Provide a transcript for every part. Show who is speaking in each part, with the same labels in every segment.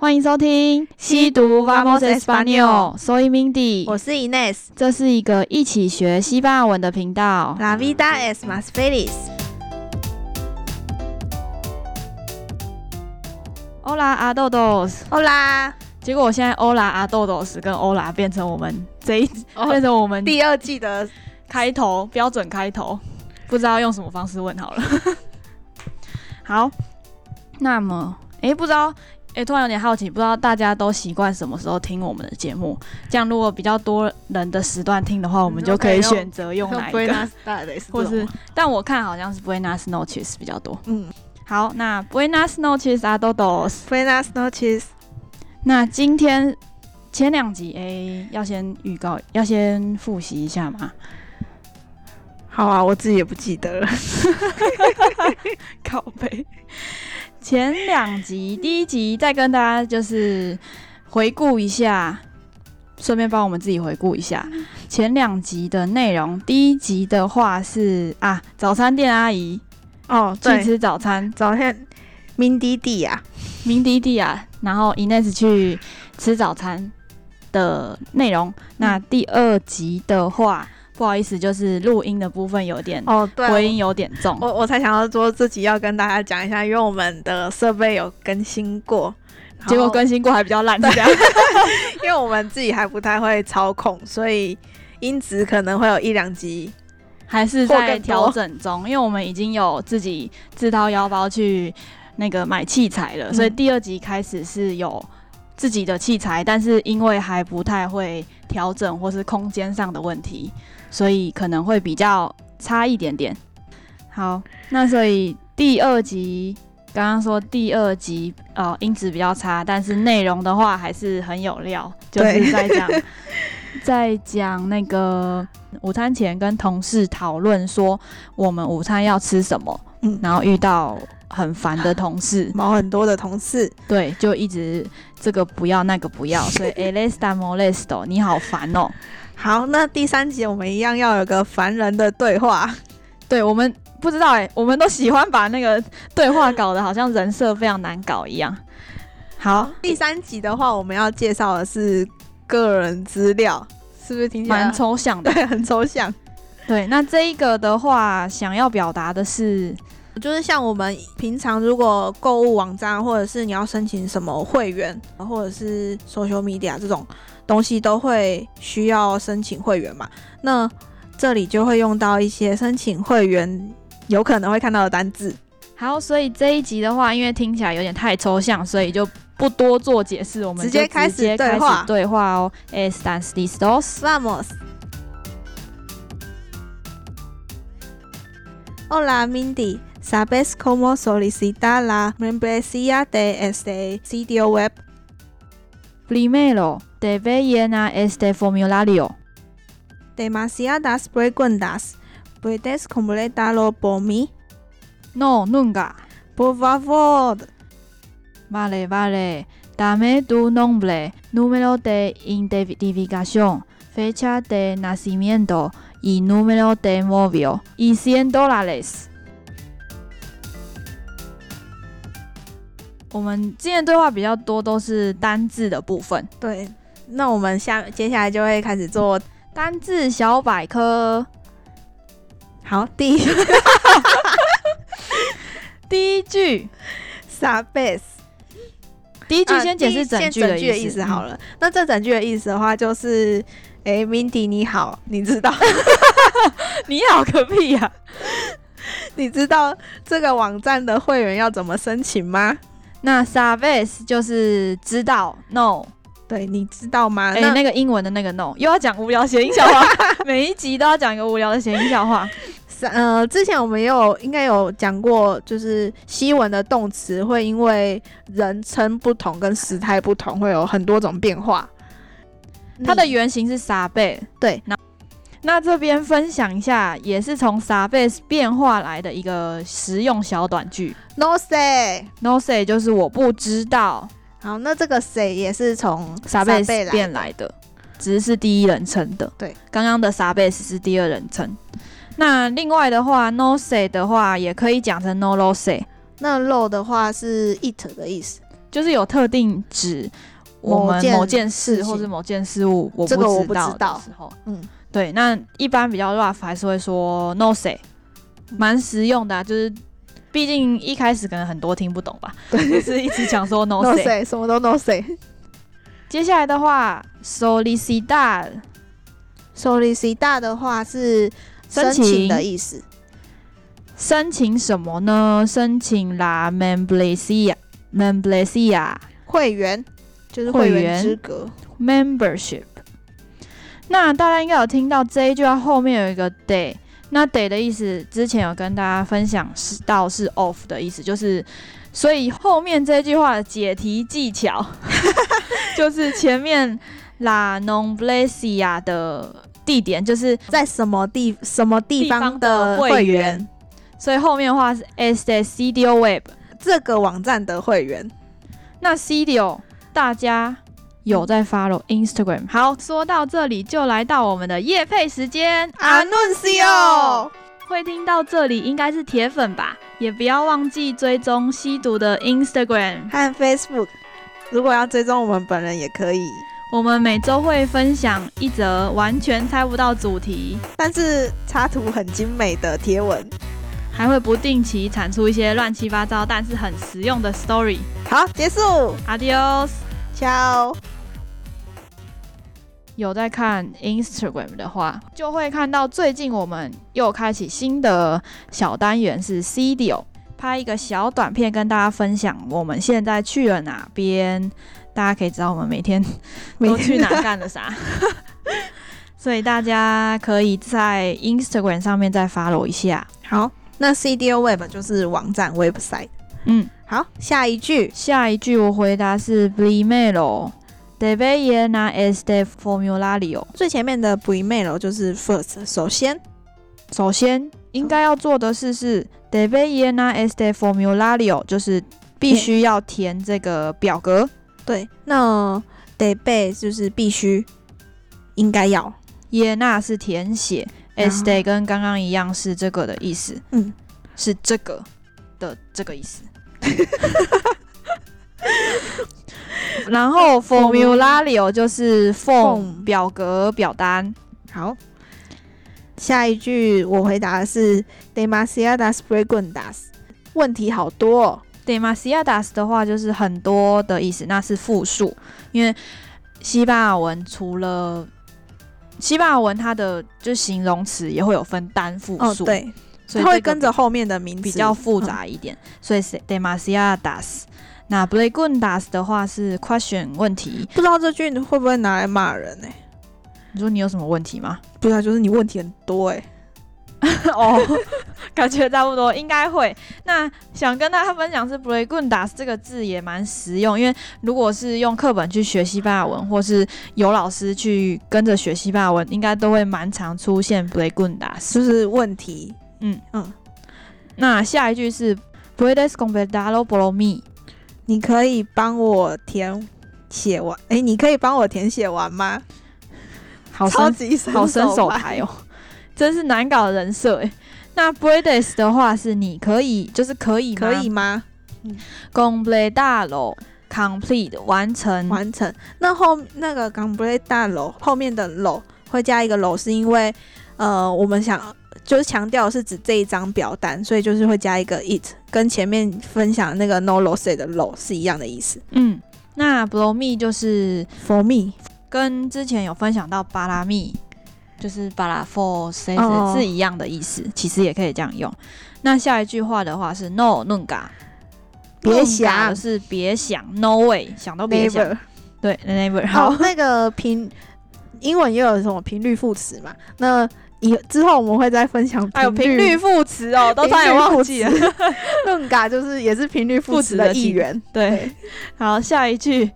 Speaker 1: 欢迎收听《
Speaker 2: 西读 Vamos Español
Speaker 1: Soy Mindy，
Speaker 2: 我是 Ines。
Speaker 1: 这是一个一起学西班牙文的频道。
Speaker 2: La vida es más feliz。
Speaker 1: Hola 阿豆豆，
Speaker 2: Hola，
Speaker 1: 结果我现在 Hola 阿豆豆是跟 Hola 变成我们这一、变成我们
Speaker 2: 第二季的
Speaker 1: 开头标准开头，不知道用什么方式问好 了。好，那么诶，不知道诶，突然有点好奇，不知道大家都习惯什么时候听我们的节目？这样如果比较多人的时段听的话，我们就可以选择用哪一个，或
Speaker 2: 或
Speaker 1: 是
Speaker 2: 是
Speaker 1: 但我看好像是 Buenas noches 比较多。
Speaker 2: 嗯
Speaker 1: 好，那 Buenas noches adodos。
Speaker 2: ，Buenas noches。
Speaker 1: 啊那今天前两集诶，要先预告，要先复习一下嘛。
Speaker 2: 好啊，我自己也不记得了。
Speaker 1: 靠背。前两集，第一集再跟大家就是回顾一下，顺便帮我们自己回顾一下前两集的内容。第一集的话是啊，早餐店阿姨
Speaker 2: 哦，
Speaker 1: 去
Speaker 2: 对，
Speaker 1: 吃早餐，
Speaker 2: 昨天 Mindy 弟啊，
Speaker 1: 明迪弟啊，然后 Ines 去吃早餐的内容。那
Speaker 2: 嗯
Speaker 1: 第二集的话，不好意思，就是录音的部分有点
Speaker 2: 哦，对哦
Speaker 1: 回音有点重，
Speaker 2: 我我才想到说自己要跟大家讲一下，因为我们的设备有更新过，然后
Speaker 1: 结果更新过还比较烂，是这样。
Speaker 2: 因为我们自己还不太会操控，所以音质可能会有一两集。
Speaker 1: 还是
Speaker 2: 或
Speaker 1: 在
Speaker 2: 更多
Speaker 1: 调整中，因为我们已经有自己自掏腰包去那个买器材了，
Speaker 2: 嗯
Speaker 1: 所以第二集开始是有自己的器材，但是因为还不太会调整或是空间上的问题，所以可能会比较差一点点。好，那所以第二集刚刚说第二集呃音质比较差，但是内容的话还是很有料，就是
Speaker 2: 对
Speaker 1: 在 讲在讲那个午餐前跟同事讨论说我们午餐要吃什么，
Speaker 2: 嗯，
Speaker 1: 然后遇到很烦的同事
Speaker 2: 毛很多的同事，
Speaker 1: 对，就一直这个不要那个不要， 所以 Elesta molesto，你好烦哦。
Speaker 2: 好，那第三集我们一样要有个凡人的对 话。
Speaker 1: 对我们不知道哎、我们都喜欢把那个对话搞得好像人设非常难搞一样。好，
Speaker 2: 第三集的话，我们要介绍的是个人资料，是不是听起来
Speaker 1: 蛮抽象的。
Speaker 2: 对很抽象？
Speaker 1: 对，那这一个的话，想要表达的是，
Speaker 2: 就是像我们平常如果购物网站，或者是你要申请什么会员，或者是 social media 这种东西，都会需要申请会员嘛。那这里就会用到一些申请会员有可能会看到的单字。
Speaker 1: 好，所以这一集的话，因为听起来有点太抽象，所以就不多做解释，我们就
Speaker 2: 直接开始
Speaker 1: 直接开
Speaker 2: 对话
Speaker 1: 始对话哦。Estás listos？
Speaker 2: Vamos. Hola, Mindy. ¿Sabes cómo solicitar la membresía de este sitio web?
Speaker 1: Primero, debe llenar este formulario.
Speaker 2: Demasiadas preguntas. ¿Puedes completarlo por mí?
Speaker 1: No, nunca.
Speaker 2: Por favor.
Speaker 1: Vale, vale. Dame tu nombre, número de identificación, fecha de nacimiento y número de móvil. Y 100 dólares. 我们今天对话比较多都是单字的部分，
Speaker 2: 对，那我们下接下来就会开始做。
Speaker 1: 单字小百科
Speaker 2: 好，第一
Speaker 1: 第一句，
Speaker 2: ，sabes。
Speaker 1: 第一句
Speaker 2: 啊
Speaker 1: 先解
Speaker 2: 第一
Speaker 1: 释整
Speaker 2: 先
Speaker 1: 句
Speaker 2: 整
Speaker 1: 的
Speaker 2: 句的
Speaker 1: 意
Speaker 2: 意
Speaker 1: 思嗯
Speaker 2: 思好。了。那这整句的意思的话，就是，诶 m i n d y 你好，你知道。
Speaker 1: 嗯 你好个屁呀、
Speaker 2: 你知道这个网站的会员要怎么申请吗？
Speaker 1: 那 sabes 就是知道，no
Speaker 2: 对，你知道吗？
Speaker 1: 哎、
Speaker 2: 啊那
Speaker 1: 那个英文的那个 no，又要讲无聊谐音笑 话，每一集都要讲一个无聊的谐音笑话。
Speaker 2: 是呃，之前我们也有应该有讲过，就是西文的动词会因为人称不同跟时态不同，会有很多种变化。
Speaker 1: 它的
Speaker 2: 你
Speaker 1: 原型是傻贝，
Speaker 2: 对，
Speaker 1: 那那这边分享一下，也是从傻贝变化来的一个实用小短句。
Speaker 2: no say。
Speaker 1: No say 就是我不知道，
Speaker 2: 好，那这个 say 也是从
Speaker 1: 傻贝
Speaker 2: 贝
Speaker 1: 变来的，只是第一人称的。
Speaker 2: 对，
Speaker 1: 刚刚的傻贝是第二人称。那另外的话，no say 的话也可以讲成 no lo say。
Speaker 2: 那 low 的话是 it 的意思。
Speaker 1: 就是有特定指我们某件事或
Speaker 2: 是
Speaker 1: 是某件事物我
Speaker 2: 这个我不
Speaker 1: 知道
Speaker 2: 知道
Speaker 1: 的时候，
Speaker 2: 嗯，
Speaker 1: 对，那一般比较 rough 还是会说 no say，蛮实用的、啊，就是毕竟一开始可能很多听不懂吧，就是一直讲说 no
Speaker 2: no
Speaker 1: say。
Speaker 2: say 什么都 no say。
Speaker 1: 接下来的话，solicitar
Speaker 2: solicitar 的话是申
Speaker 1: 申
Speaker 2: 请
Speaker 1: 请
Speaker 2: 的意思，
Speaker 1: 申请什么呢？申请 la membresía membresía
Speaker 2: 会员就是
Speaker 1: 会
Speaker 2: 会员
Speaker 1: 员
Speaker 2: 资格。
Speaker 1: membership。那大家应该有听到这一句话后面有一个 day，那 day 的意思之前有跟大家分享是到是 off 的意思，就是所以后面这句话的解题技巧 就是前面 la non blesia 的地点，就是
Speaker 2: 在什么地什么地方
Speaker 1: 地
Speaker 2: 的
Speaker 1: 方的会员
Speaker 2: 会员，
Speaker 1: 所以后面的话是 este sitio web。
Speaker 2: 这个网站的会员。
Speaker 1: 那 C d o 大家有在 follow Instagram。好，说到这里就来到我们的夜配时间啊，
Speaker 2: Anuncio，
Speaker 1: 会听到这里应该是铁粉吧，也不要忘记追踪吸毒的 Instagram。
Speaker 2: 和 Facebook，如果要追踪我们本人也可以，
Speaker 1: 我们每周会分享一则完全猜不到主题，
Speaker 2: 但是插图很精美的贴文。
Speaker 1: 还会不定期产出一些乱七八糟但是很实用的 story。
Speaker 2: 好，结束
Speaker 1: Adios。
Speaker 2: ，ciao。
Speaker 1: 有在看 Instagram 的话，就会看到最近我们又开启新的小单元是 CDO，拍一个小短片跟大家分享我们现在去了哪边，大家可以知道我们每天都去哪干了啥。 所以大家可以在 Instagram 上面再 follow 一下。
Speaker 2: 好，那 CDO Web 就是网站 website。
Speaker 1: 嗯，
Speaker 2: 好，下一句
Speaker 1: 下一句我回答是 Primero de b e l l a este formulario。
Speaker 2: 最前面的 primero 就是 first，首先。
Speaker 1: 首先应该要做的事是 d e b e n a este formulario，就是必须要填这个表格，
Speaker 2: 对，那得背就是必须，应该要。
Speaker 1: 耶纳是填写
Speaker 2: 然后
Speaker 1: ，este 跟刚刚一样是这个的意思，
Speaker 2: 嗯，
Speaker 1: 是这个的这个意思。 然后 formulario 就是
Speaker 2: form
Speaker 1: form 表格表单，
Speaker 2: 好。下一句我回答的是 demasiadas preguntas，问题好多、哦。
Speaker 1: demasiadas 的话就是很多的意思，那是复数，因为西班牙文除了西班牙文它的就是形容词也会有分单复
Speaker 2: 哦，
Speaker 1: 数，，
Speaker 2: 对，
Speaker 1: 所以
Speaker 2: 它会
Speaker 1: 这个
Speaker 2: 跟着后面的名嗯字
Speaker 1: 比较复杂一点，所以是 demasiadas。那 b l e g u n d a s 的话是 question 问题，
Speaker 2: 不知道这句会不会拿来骂人欸呢、
Speaker 1: 你说你有什么问题吗？
Speaker 2: 不知道，就是你问题很多哎、
Speaker 1: 哦，感觉差不多，应该会。那想跟大家分享是 b r e g u n d a s 这个字也蛮实用，因为如果是用课本去学西班牙文，或是有老师去跟着学西班牙文，应该都会蛮常出现 b r e g u n d a s
Speaker 2: 就是问题。
Speaker 1: 那下一句是 Puedes completarlo por mí，
Speaker 2: 你可以帮我填写完？哎、你可以帮我填写完吗？
Speaker 1: 好
Speaker 2: 超
Speaker 1: 生
Speaker 2: 级伸
Speaker 1: 好伸手
Speaker 2: 牌
Speaker 1: 牌哦，真是难搞的人设诶。那 Puedes 的话是你可以，就是可以吗
Speaker 2: 可以吗？
Speaker 1: completarlo。complete 完成
Speaker 2: 完成。那后那个 completa 楼后面的楼会加一个楼，是因为呃，我们想就是强调是指这一张表单，所以就是会加一个 it，跟前面分享那个 no l o s s 的 low 是一样的意思。
Speaker 1: 嗯，那 blow me 就是
Speaker 2: For me，
Speaker 1: 跟之前有分享到巴拉蜜，就是巴拉 for s a
Speaker 2: 哦
Speaker 1: s 是一样的意思，其实也可以这样用。那下一句话的话是 no nunca，
Speaker 2: 别
Speaker 1: nunca
Speaker 2: 想
Speaker 1: 的是别想 no way，想都别想。
Speaker 2: ，never。
Speaker 1: 对 never 好
Speaker 2: 好，，那个频英文也有什么频率副词嘛？那以之后我们会再分享
Speaker 1: 还有频率副词哦，都
Speaker 2: 哎
Speaker 1: 差点忘记了。
Speaker 2: 频率 副词。论嘎就是也是频率副词
Speaker 1: 副词
Speaker 2: 的
Speaker 1: 的
Speaker 2: 一员。
Speaker 1: 对，好，下一句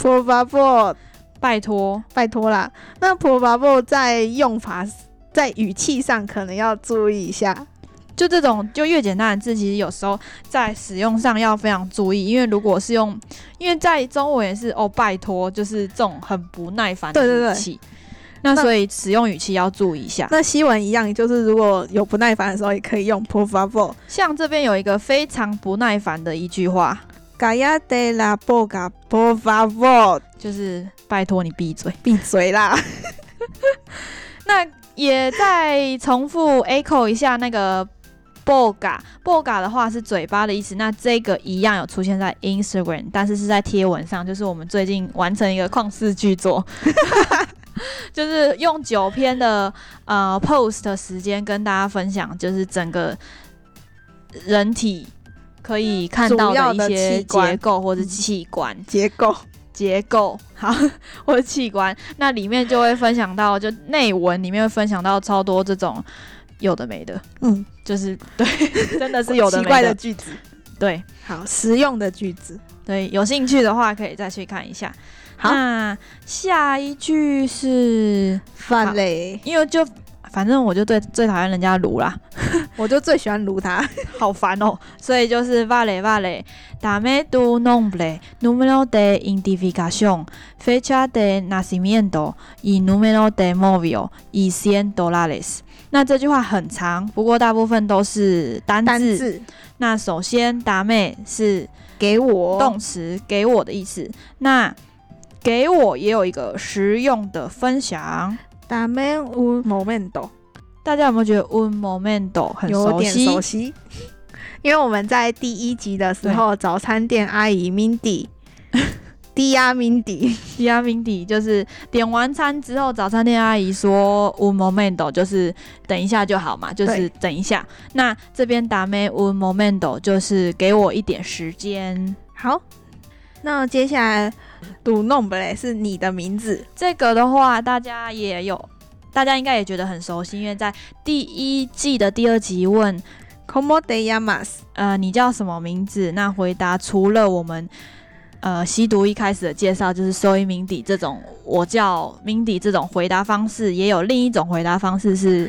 Speaker 2: Por favor，
Speaker 1: 拜托，
Speaker 2: 拜托啦。那 por favor 在用法在语气上可能要注意一下。
Speaker 1: 就这种就越简单的字，其实有时候在使用上要非常注意，因为如果是用，因为在中文也是哦拜托，就是这种很不耐烦的
Speaker 2: 对对对
Speaker 1: 语气。那
Speaker 2: 那
Speaker 1: 所以使用语气要注意一下。
Speaker 2: 那西文一样，就是如果有不耐烦的时候，也可以用 por favor。
Speaker 1: 像这边有一个非常不耐烦的一句话
Speaker 2: Gaya de la boca por favor，
Speaker 1: 就是拜托你闭嘴。
Speaker 2: 闭嘴啦！
Speaker 1: 那也再重复 echo 一下那个 boga boga 的话是嘴巴的意思，那这个一样有出现在 Instagram，但是是在贴文上，就是我们最近完成一个旷世巨作， 就是用九篇的呃 post 的时间跟大家分享，就是整个人体可以看到
Speaker 2: 主要
Speaker 1: 一
Speaker 2: 的
Speaker 1: 些
Speaker 2: 器官
Speaker 1: 结构或者器官，
Speaker 2: 结构
Speaker 1: 结构好或者器官，那里面就会分享到，就内文里面会分享到超多这种有的没的，
Speaker 2: 嗯，
Speaker 1: 就是对，真的是有的
Speaker 2: 奇
Speaker 1: 没
Speaker 2: 怪
Speaker 1: 的，
Speaker 2: 的句子，
Speaker 1: 对
Speaker 2: 好实用的句子。
Speaker 1: 对，有兴趣的话可以再去看一下。
Speaker 2: 好
Speaker 1: 那下一句是
Speaker 2: 范嘞，
Speaker 1: 因为就反正我就最最讨厌人家撸啦，
Speaker 2: 我就最喜欢撸它。
Speaker 1: 好烦哦。所以就是瓦雷瓦雷，ダメどノブレ、número de identificación, fecha de nacimiento y número de móvil y cien dólares。那这句话很长，不过大部分都是单字。
Speaker 2: 单字
Speaker 1: 那首先，达妹是
Speaker 2: 给我
Speaker 1: 动词“给我”的意思。那给我也有一个实用的分享，
Speaker 2: 打 man un momento，
Speaker 1: 大家有没有觉得 un momento 很
Speaker 2: 有
Speaker 1: 熟
Speaker 2: 点
Speaker 1: 悉？
Speaker 2: 熟悉，因为我们在第一集的时候，早餐店阿姨 Mindy。低压 Mindy，
Speaker 1: 迪亚明底就是点完餐之后，早餐店阿姨说 “un momento”，就是等一下就好嘛，就是等一下。那这边达妹 “un momento” 就是给我一点时间。
Speaker 2: 好，那接下来 Du nombre 是你的名字，
Speaker 1: 这个的话，大家也有，大家应该也觉得很熟悉，因为在第一季的第二集问
Speaker 2: Como te llamas？
Speaker 1: 呃你叫什么名字，那回答除了我们。呃，吸毒一开始的介绍就是收音名底这种，我叫名底这种回答方式，也有另一种回答方式是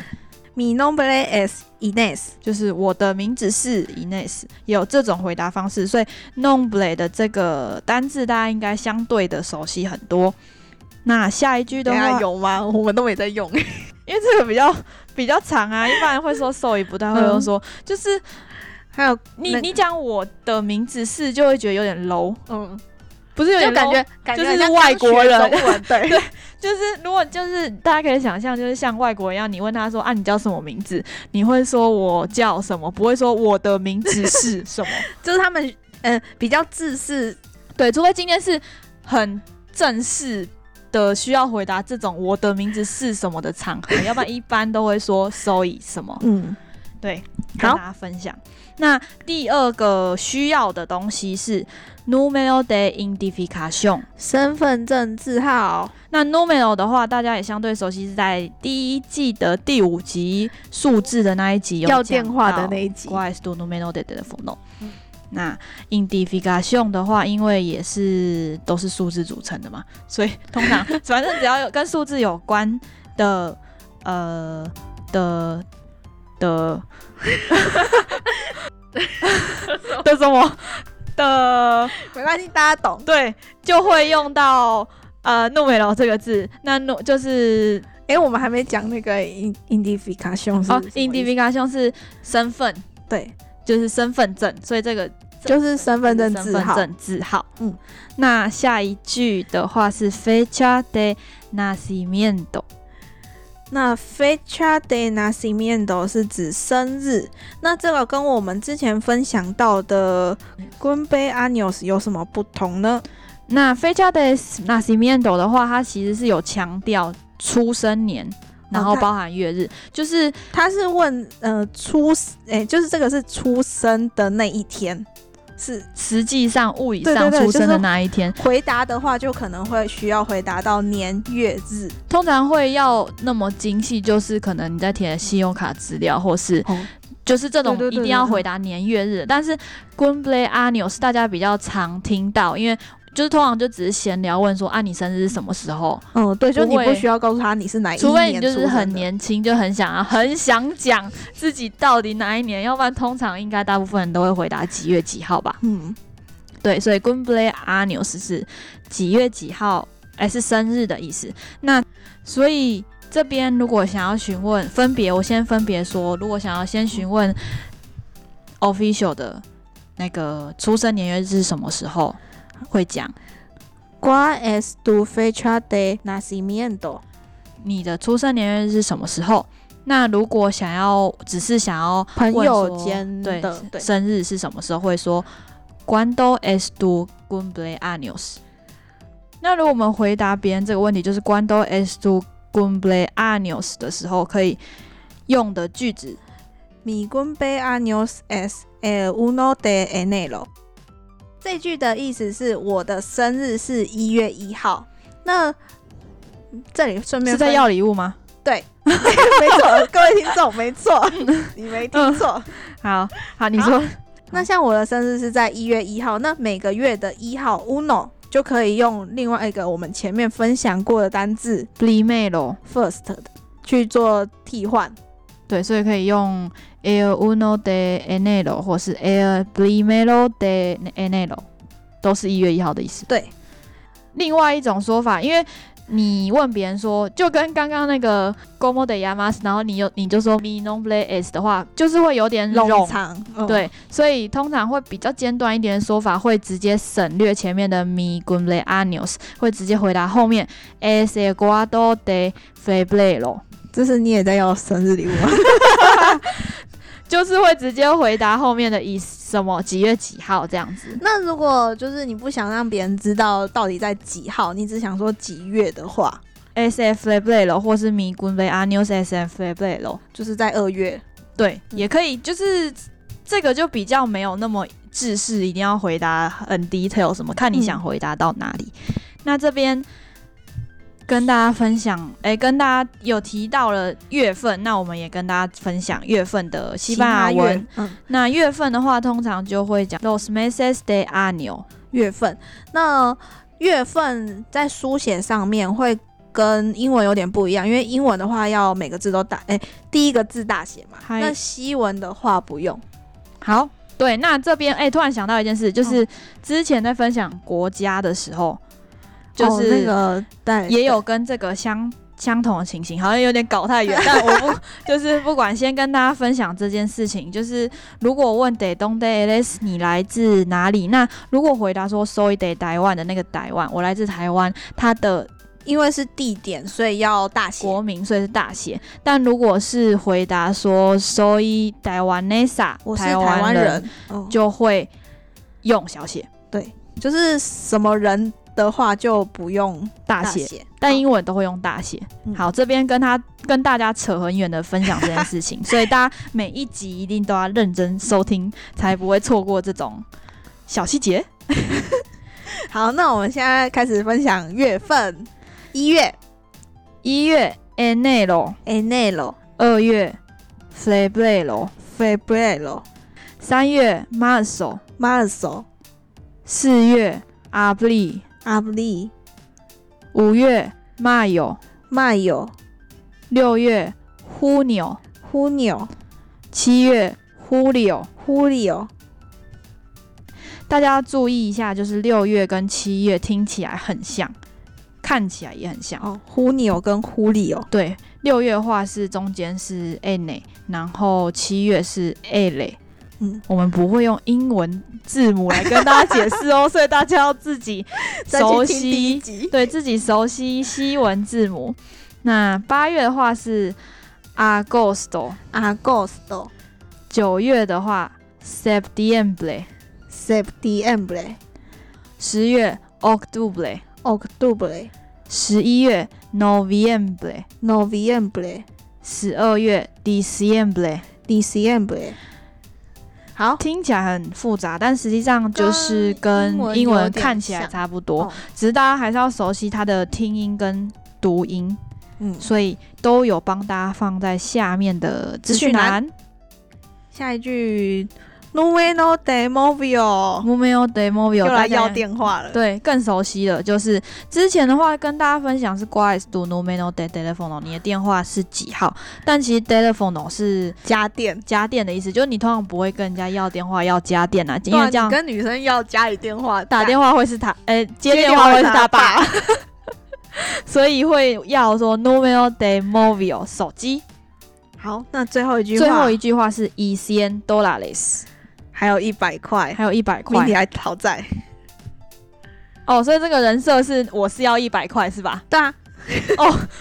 Speaker 2: Mi nombre es Ines。
Speaker 1: 就是我的名字是 Ines，有这种回答方式，所以 nombre 的这个单字大家应该相对的熟悉很多。那下一句的
Speaker 2: 等一
Speaker 1: 话
Speaker 2: 下，有吗？我们都没在用。
Speaker 1: 因为这个比较 比较长啊，一般人会说 sorry，不太会
Speaker 2: 嗯
Speaker 1: 说，就是
Speaker 2: 还有
Speaker 1: 你
Speaker 2: 那
Speaker 1: 你讲我的名字是，就会觉得有点 low，
Speaker 2: 嗯，
Speaker 1: 不是有点
Speaker 2: 就
Speaker 1: low,
Speaker 2: 感觉感觉
Speaker 1: 就是
Speaker 2: 人家
Speaker 1: 外
Speaker 2: 刚学
Speaker 1: 国人
Speaker 2: 中文对
Speaker 1: 对就是如果就是大家可以想象，就是像外国人一样，你问他说啊你叫什么名字，你会说我叫什么，不会说我的名字是什么。
Speaker 2: 就是他们嗯比较自私，
Speaker 1: 对，除非今天是很正式的需要回答这种我的名字是什么的场 合，要不然一般都会说 sorry 什么。
Speaker 2: 嗯，
Speaker 1: 对，跟
Speaker 2: 好
Speaker 1: 大家分享。那第二个需要的东西是 numero de identificación。
Speaker 2: 身份证字号
Speaker 1: 那 numero 的话，大家也相对熟悉，是在第一季的第五集数字的那一集有
Speaker 2: 要
Speaker 1: 讲
Speaker 2: 电话
Speaker 1: 到
Speaker 2: 的那一集，
Speaker 1: ¿Cuál es tu número de teléfono？那 identification 的话，因为也是都是数字组成的嘛，所以通常反正只要有跟数字有关的，呃的的的什么的，
Speaker 2: 没关系，大家懂。
Speaker 1: 对，就会用到呃 numero 这个字。那 nu 就是
Speaker 2: 哎、我们还没讲那个 in- identification 是
Speaker 1: 哦
Speaker 2: 什么意思
Speaker 1: ，identification 是身份，
Speaker 2: 对，
Speaker 1: 就是身份证，所以这个
Speaker 2: 就是身份证字
Speaker 1: 身份
Speaker 2: 号。
Speaker 1: 证字号。嗯
Speaker 2: 嗯，
Speaker 1: 那下一句的话是 fecha de nacimiento。
Speaker 2: 那 fecha de nacimiento 是指生日，那这个跟我们之前分享到的 g u n b e años 有什么不同呢？
Speaker 1: 那 fecha de nacimiento 的话，它其实是有强调出生
Speaker 2: 哦
Speaker 1: 年，然后
Speaker 2: 它
Speaker 1: 包含月日，就是
Speaker 2: 他是问呃出，哎、就是这个是出生的那一天，是
Speaker 1: 实际上物理
Speaker 2: 对
Speaker 1: 上
Speaker 2: 对对
Speaker 1: 出生
Speaker 2: 就
Speaker 1: 的
Speaker 2: 是
Speaker 1: 那一天，
Speaker 2: 回答的话，就可能会需要回答到年月日。
Speaker 1: 通常会要那么精细，就是可能你在填信用卡资料，或是
Speaker 2: 哦，
Speaker 1: 就是这种
Speaker 2: 对
Speaker 1: 一
Speaker 2: 对对
Speaker 1: 定要回答年月日，但是 g u n b l e a n o 是大家比较常听到，因为就是通常就只是闲聊问说啊你生日是什么时候，
Speaker 2: 嗯，对，就你
Speaker 1: 不会
Speaker 2: 不需要告诉他你是哪一年
Speaker 1: 除非你就是
Speaker 2: 出生的
Speaker 1: 很年轻，就很想要很想 讲自己到底哪一年，要不然通常应该大部分人都会回答几月几号吧。
Speaker 2: 嗯，
Speaker 1: 对，所以 g u n b l e a n o 是是几月几号，哎是生日的意思。那所以这边如果想要询问分别，我先分别说，如果想要先询问 official 的那个出生年月日是什么时候会讲。
Speaker 2: ¿Cuál es tu fecha de nacimiento？
Speaker 1: 你的出生年月日是什么时候？那如果想要只是想要
Speaker 2: 朋
Speaker 1: 问
Speaker 2: 友
Speaker 1: 说
Speaker 2: 间
Speaker 1: 对
Speaker 2: 的对
Speaker 1: 生日是什么时候，会说 “Cuándo es tu cumpleaños”。那如果我们回答别人这个问题，就是 “Cuándo es tu cumpleaños” 的时候，可以用的句子
Speaker 2: Mi cumpleaños es el uno de enero。这句的意思是我的生日是一月一号。那这里顺便
Speaker 1: 是在
Speaker 2: 分
Speaker 1: 要礼物吗？
Speaker 2: 没错， 各位听众 没错，
Speaker 1: 嗯
Speaker 2: 你没听错。
Speaker 1: 好好，你说
Speaker 2: 那像我的生日是在一月一号，那每个月的一号 uno 就可以用另外一个我们前面分享过的单字
Speaker 1: “primero”，
Speaker 2: first 的去做替换。
Speaker 1: 对，所以可以用 “el uno de enero” 或是 “el primero de enero”，都是一月一号的意思。
Speaker 2: 对，
Speaker 1: 另外一种说法，因为你问别人说，就跟刚刚那个 “como de llamas”，然后你有你就说 “mi nombre es” 的话，就是会有点
Speaker 2: 冗
Speaker 1: 冗。
Speaker 2: 长，
Speaker 1: 对，所以通常会比较简短一点的说法，会直接省略前面的 “mi cumpleaños”，会直接回答后面 “es el cuatro de febrero”，
Speaker 2: 这是你也在要生日礼物吗？
Speaker 1: 就是会直接回答后面的以什么几月几号这样子。
Speaker 2: 那如果就是你不想让别人知道到底在几号，你只想说几月的话，
Speaker 1: “es el febrero” 或是 “mi cumpleaños es el febrero”。
Speaker 2: 就是在二月。
Speaker 1: 对，
Speaker 2: 嗯
Speaker 1: 也可以，就是这个就比较没有那么制式，一定要回答很 detail 什么，看
Speaker 2: 嗯
Speaker 1: 你想回答到哪里。那这边跟大家分享，诶，跟大家有提到了月份，那我们也跟大家分享月份的西班牙
Speaker 2: 其他
Speaker 1: 文。
Speaker 2: 月，嗯，
Speaker 1: 那月份的话，通常就会讲 los meses de año。
Speaker 2: 月份。那月份在书写上面会跟英文有点不一样，因为英文的话要每个字都大，哎、第一个字大写嘛。
Speaker 1: 嗨
Speaker 2: 那西文的话不用，
Speaker 1: 好，对，那这边诶，突然想到一件事，就是之前在分享国家的时候，就
Speaker 2: 哦
Speaker 1: 是、
Speaker 2: 那个但
Speaker 1: 也有跟这个相相同的情形，好像有点搞太远，但我不 就是不管，先跟大家分享这件事情。就是如果问 d 东 d a s 你来自哪里？那如果回答说 soy de 台湾的那个台湾，我来自台湾，它的
Speaker 2: 因为是地点，所以要大写。
Speaker 1: 国名所以是大写。但如果是回答说 soy 台湾 nesa，
Speaker 2: 我是台湾
Speaker 1: 人，
Speaker 2: 人，哦
Speaker 1: 就会用小写
Speaker 2: 就是什么人的话就不用
Speaker 1: 大
Speaker 2: 大
Speaker 1: 写。
Speaker 2: 写。
Speaker 1: 但
Speaker 2: 好
Speaker 1: 英文都会用大写。
Speaker 2: 嗯
Speaker 1: 好，这边跟他跟大家扯很远的分享这件事情，所以大家每一集一定都要认真收听，才不会错过这种小细节。
Speaker 2: 嗯好，那我们现在开始分享月份，一月
Speaker 1: 一月 enero，
Speaker 2: enero、
Speaker 1: 二月 febrero，
Speaker 2: febrero、
Speaker 1: 三月 marzo，
Speaker 2: marzo、
Speaker 1: 四月 abril，
Speaker 2: abril、
Speaker 1: 五月 mayo，
Speaker 2: mayo、
Speaker 1: 六月 junio，
Speaker 2: junio、
Speaker 1: 七月 julio。
Speaker 2: julio。
Speaker 1: 大家要注意一下，就是六月跟七月听起来很像，看起来也很像。
Speaker 2: 哦，junio 跟 julio。
Speaker 1: 对，六月的话是中间是 n，然后七月是 a 嘞。
Speaker 2: 嗯，
Speaker 1: 我们不会用英文字母来跟大家解释 哦，所以大家要自己
Speaker 2: 再去
Speaker 1: 熟
Speaker 2: 听第一
Speaker 1: 悉，
Speaker 2: 集
Speaker 1: 对自己熟悉西文字母。那八月的话是 agosto，
Speaker 2: agosto、
Speaker 1: 九月的话 septiembre，
Speaker 2: septiembre、
Speaker 1: 十月 octubre，
Speaker 2: octubre、
Speaker 1: 十一月 noviembre，
Speaker 2: noviembre、
Speaker 1: 十二月 diciembre。
Speaker 2: diciembre。好，
Speaker 1: 听起来很复杂，但实际上就是跟
Speaker 2: 跟
Speaker 1: 英
Speaker 2: 英文有
Speaker 1: 文
Speaker 2: 点
Speaker 1: 看起来
Speaker 2: 像
Speaker 1: 差不多，
Speaker 2: 哦
Speaker 1: 只是大家还是要熟悉它的听音跟读音，
Speaker 2: 嗯，
Speaker 1: 所以都有帮大家放在下面的资讯栏。
Speaker 2: 下一句 nuevo de movio，
Speaker 1: m o v i o de Movio
Speaker 2: 哦又来
Speaker 1: 大家
Speaker 2: 要电话了。
Speaker 1: 对，更熟悉了。就是之前的话跟大家分享是 Guys do numero de telefono，你的电话是几号？但其实 telefono 是
Speaker 2: 家电。
Speaker 1: 家电的意思，就是你通常不会跟人家要电话要家电啊，因
Speaker 2: 对啊
Speaker 1: 为
Speaker 2: 你
Speaker 1: 这样
Speaker 2: 跟女生要家里电话
Speaker 1: 打电
Speaker 2: 话，
Speaker 1: 话会 是他，呃、接
Speaker 2: 接
Speaker 1: 电
Speaker 2: 电
Speaker 1: 话
Speaker 2: 话
Speaker 1: 会
Speaker 2: 是
Speaker 1: 是他爸
Speaker 2: 他爸，
Speaker 1: 所以会要说 número de móvil 手机。
Speaker 2: 好，那最后一句话，
Speaker 1: 最后一句话是 y cien dólares，
Speaker 2: 还有一百块，
Speaker 1: 还有一百
Speaker 2: 命
Speaker 1: 块
Speaker 2: 题还讨债。
Speaker 1: 哦，所以这个人设是我是要一百块是吧？哦
Speaker 2: 对啊，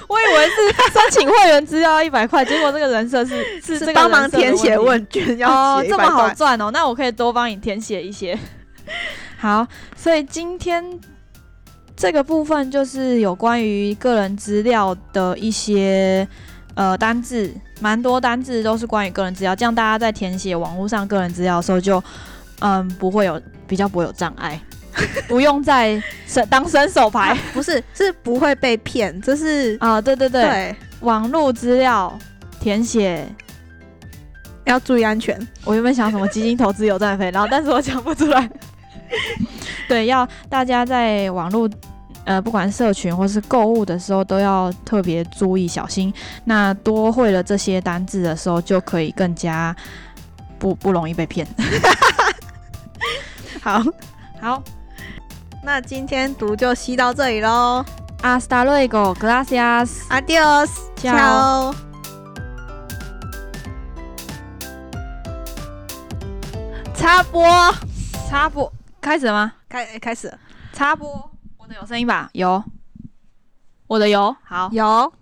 Speaker 1: 我以为是申请会员资料一百块，结果这个人设是是这个
Speaker 2: 帮忙
Speaker 1: 人设的
Speaker 2: 填写
Speaker 1: 问题
Speaker 2: 问卷要
Speaker 1: 哦，
Speaker 2: 写一
Speaker 1: 这
Speaker 2: 百
Speaker 1: 么好
Speaker 2: 块。
Speaker 1: 赚哦，那我可以多帮你填写一些。 好，所以今天这个部分就是有关于个人资料的一些呃单字，蛮多单字都是关于个人资料，这样大家在填写网络上个人资料的时候就嗯不会有比较不会有障碍，不用再伸当伸手牌
Speaker 2: 啊不是，是不会被骗，这是
Speaker 1: 啊、对对对，
Speaker 2: 对，
Speaker 1: 网络资料填写。
Speaker 2: 要注意安全。
Speaker 1: 我原本想什么基金投资有赚赔，然后但是我讲不出来。 对，要大家在网络呃，不管社群或是购物的时候，都要特别注意小心。那多会了这些单字的时候，就可以更加不不容易被 骗。
Speaker 2: 好，
Speaker 1: 好
Speaker 2: 那今天读就吸到这里喽
Speaker 1: ，Hasta luego, gracias。
Speaker 2: ，Adios，
Speaker 1: Ciao
Speaker 2: 插播，
Speaker 1: 插播开始了吗？
Speaker 2: 开开始了
Speaker 1: 插播，我的有声音吧？有，我的有。好，
Speaker 2: 有，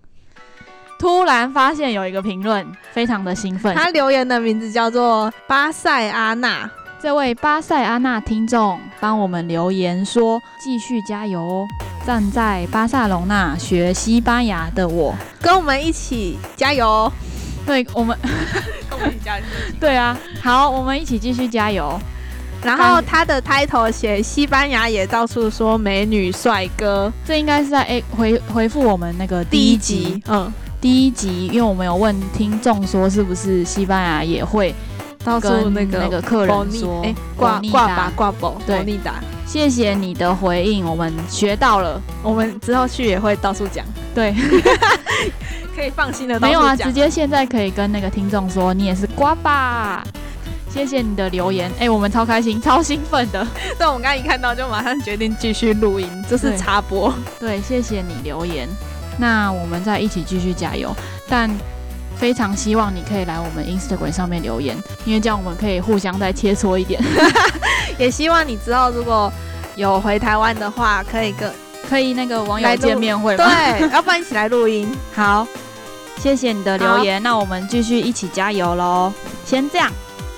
Speaker 1: 突然发现有一个评论，非常的兴奋。
Speaker 2: 他留言的名字叫做巴塞阿娜，
Speaker 1: 这位巴塞阿纳听众帮我们留言说：“继续加油哦！站在巴塞隆纳学西班牙的我，
Speaker 2: 跟我们一起加油，
Speaker 1: 对我们，
Speaker 2: 跟我们一起加油。
Speaker 1: 对啊，好，我们一起继续加油。
Speaker 2: 然后他的 title 写西班牙也到处说美女帅哥，
Speaker 1: 这应该是在诶回回复我们那个第一集，，
Speaker 2: 嗯，
Speaker 1: 第一集，因为我们有问听众说是不是西班牙也会
Speaker 2: 到处
Speaker 1: 跟
Speaker 2: 那
Speaker 1: 那
Speaker 2: 个
Speaker 1: 个客人
Speaker 2: Boni-
Speaker 1: 说
Speaker 2: 哎挂
Speaker 1: Bonita
Speaker 2: 挂吧挂宝，
Speaker 1: 对
Speaker 2: 尼达，
Speaker 1: 谢谢你的回应，我们学到了。
Speaker 2: 我们之后去也会到处讲，
Speaker 1: 对，
Speaker 2: 可以放心的
Speaker 1: 没有啊，直接现在可以跟那个听众说，你也是瓜吧。谢谢你的留言，哎、我们超开心、超兴奋 的。
Speaker 2: 对，我们刚刚一看到就马上决定继续录音，这是
Speaker 1: 对
Speaker 2: 插播。
Speaker 1: 对，谢谢你留言，那我们再一起继续加油。但非常希望你可以来我们 Instagram 上面留言，因为这样我们可以互相再切磋一点。
Speaker 2: 也希望你之后如果有回台湾的话，可以跟
Speaker 1: 可以那个网
Speaker 2: 来
Speaker 1: 友
Speaker 2: 录
Speaker 1: 见面会吗？
Speaker 2: 对，要不然一起来录音。
Speaker 1: 好，谢谢你的留言，那我们继续一起加油喽。先这样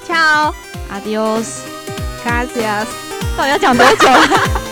Speaker 2: Ciao，
Speaker 1: ，Adios。
Speaker 2: gracias。
Speaker 1: 到底要讲多久？